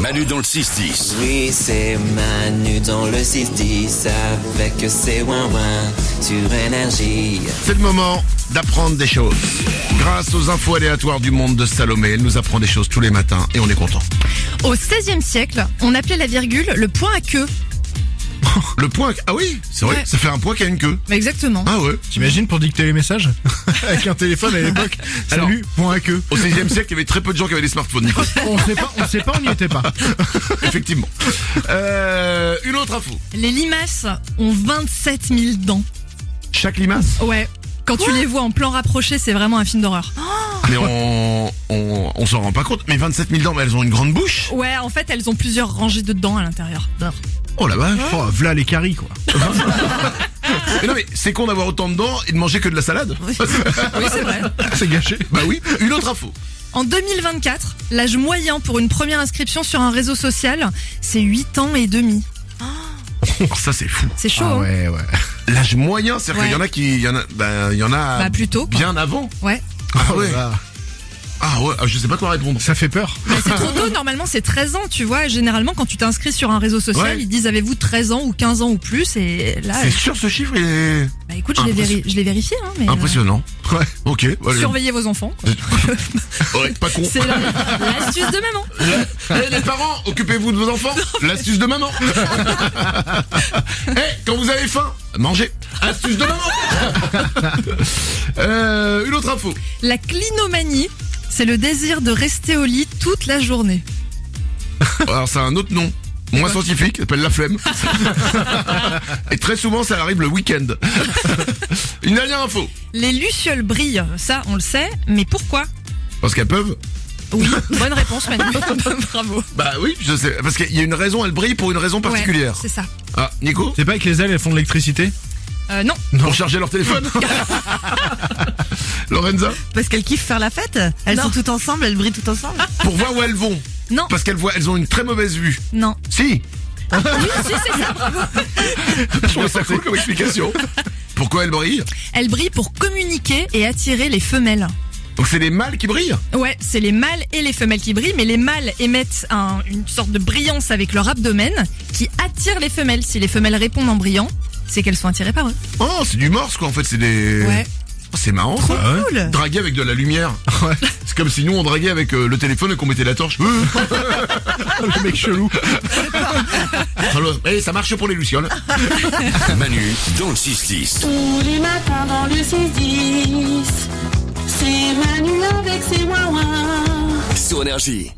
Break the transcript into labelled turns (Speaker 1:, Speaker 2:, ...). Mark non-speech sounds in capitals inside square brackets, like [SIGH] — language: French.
Speaker 1: Manu dans le 6-10.
Speaker 2: Oui, c'est Manu dans le 6-10 avec ses ouin-ouin sur énergie.
Speaker 3: C'est le moment d'apprendre des choses. Grâce aux infos aléatoires du monde de Salomé, elle nous apprend des choses tous les matins et on est content.
Speaker 4: Au XVIe siècle, on appelait la virgule le point à queue.
Speaker 3: Le point, ah oui, c'est vrai,
Speaker 4: Ouais.
Speaker 3: ça fait un point qui a une queue.
Speaker 4: Exactement.
Speaker 3: Ah
Speaker 4: [LAUGHS]
Speaker 3: ouais.
Speaker 5: T'imagines pour dicter les messages [LAUGHS] Avec un téléphone à [LAUGHS] l'époque.
Speaker 3: Alors-
Speaker 5: Salut, point à queue.
Speaker 3: Au 16e siècle, il y avait très peu de gens qui avaient des smartphones,
Speaker 4: [LAUGHS]
Speaker 3: Nico.
Speaker 5: On sait pas, on sait pas, on n'y était pas.
Speaker 3: Effectivement. Euh, une autre info.
Speaker 4: Les limaces ont 27 000 dents.
Speaker 3: Chaque limace.
Speaker 4: Ouais. Oh. Quand tu les vois en plan rapproché, c'est vraiment un film d'horreur.
Speaker 3: Mais on, on, on s'en rend pas compte. Mais 27 000 dents, mais elles ont une grande bouche.
Speaker 4: Ouais, en fait, elles ont plusieurs rangées de dents à l'intérieur.
Speaker 3: Oh la vache.
Speaker 5: Oh, v'là les caries, quoi.
Speaker 3: Mais non, mais c'est con d'avoir autant de dents et de manger que de la salade.
Speaker 4: Oui, [LAUGHS] c'est vrai.
Speaker 5: C'est gâché.
Speaker 3: bah oui. Une autre info.
Speaker 4: En 2024, l'âge moyen pour une première inscription sur un réseau social, c'est 8 ans et demi.
Speaker 3: Alors ça, c'est fou.
Speaker 4: C'est chaud,
Speaker 5: Ah
Speaker 4: hein
Speaker 5: ouais, ouais.
Speaker 3: L'âge moyen, c'est-à-dire
Speaker 4: Ouais.
Speaker 3: qu'il y en a qui, il y en a, bah, il y en a.
Speaker 4: Bah, plus tôt, quoi.
Speaker 3: Bien avant.
Speaker 4: Ouais.
Speaker 3: Ah ouais. Ah ouais. ah, Je sais pas quoi répondre.
Speaker 5: Ça fait peur.
Speaker 4: Mais c'est trop tôt, normalement c'est 13 ans, tu vois. Généralement, quand tu t'inscris sur un réseau social,
Speaker 3: Ouais.
Speaker 4: ils disent avez-vous 13 ans ou 15 ans ou plus Et là,
Speaker 3: C'est sûr, ce chiffre est
Speaker 4: bah écoute, je l'ai
Speaker 3: Impression-
Speaker 4: véri- je l'ai vérifié. Hein, mais, euh,
Speaker 3: impressionnant. Ouais. Ok. allez.
Speaker 4: surveillez vos enfants. quoi.
Speaker 3: Ouais, pas con.
Speaker 4: C'est la- l'astuce de maman.
Speaker 3: Eh, les parents, occupez-vous de vos enfants. L'astuce de
Speaker 4: [LAUGHS]
Speaker 3: maman. Eh, quand vous avez faim, mangez. Astuce de maman.
Speaker 4: [LAUGHS]
Speaker 3: Euh, une autre info.
Speaker 4: La clinomanie, c'est le désir de rester au lit toute la journée.
Speaker 3: Alors, c'est un autre nom. Moins scientifique, ça s'appelle la
Speaker 4: [LAUGHS]
Speaker 3: flemme. Et très souvent, ça arrive le
Speaker 4: [LAUGHS]
Speaker 3: week-end. Une dernière info.
Speaker 4: Les lucioles brillent, ça on le sait, mais pourquoi
Speaker 3: Parce qu'elles peuvent.
Speaker 4: [LAUGHS] Oui, bonne réponse Manu. [LAUGHS] Bravo.
Speaker 3: Bah oui, je sais. Parce qu'il y a une raison, elles brillent pour une raison particulière.
Speaker 4: Ouais, c'est ça.
Speaker 3: ah, Nico
Speaker 5: C'est pas que les ailes, elles font de l'électricité
Speaker 4: Euh, non,
Speaker 3: Pour charger leur téléphone [LAUGHS] Lorenza
Speaker 6: Parce qu'elles kiffent faire la fête. Elles
Speaker 4: Non.
Speaker 6: sont toutes ensemble, elles brillent toutes ensemble.
Speaker 3: Pour voir où elles vont.
Speaker 4: non,
Speaker 3: Parce qu'elles voient, elles ont une très mauvaise vue.
Speaker 4: [LAUGHS] non.
Speaker 3: Si
Speaker 4: Oui, si, c'est ça.
Speaker 3: Je trouve ça cool comme explication. Pourquoi elles brillent
Speaker 4: Elles brillent pour communiquer et attirer les femelles.
Speaker 3: Donc c'est les mâles qui brillent
Speaker 4: Ouais, c'est les mâles et les femelles qui brillent, mais les mâles émettent un- une sorte de brillance avec leur abdomen qui attire les femelles. Si les femelles répondent en brillant, c'est qu'elles sont attirées par eux.
Speaker 3: Oh, c'est du morse quoi en fait, c'est des...
Speaker 4: Ouais.
Speaker 3: Oh, c'est marrant ça.
Speaker 6: Cool.
Speaker 3: Draguer avec de la lumière. C'est comme si nous on draguait avec euh, le téléphone et qu'on mettait la torche. [LAUGHS] Euh.
Speaker 5: Le
Speaker 3: [LAUGHS]
Speaker 5: mec chelou.
Speaker 3: Alors, eh, ça marche pour les [LAUGHS] lucioles.
Speaker 1: Manu dans le 6-10.
Speaker 7: Tous les matins dans le 6-10, c'est Manu avec ses ouin
Speaker 1: Sur énergie.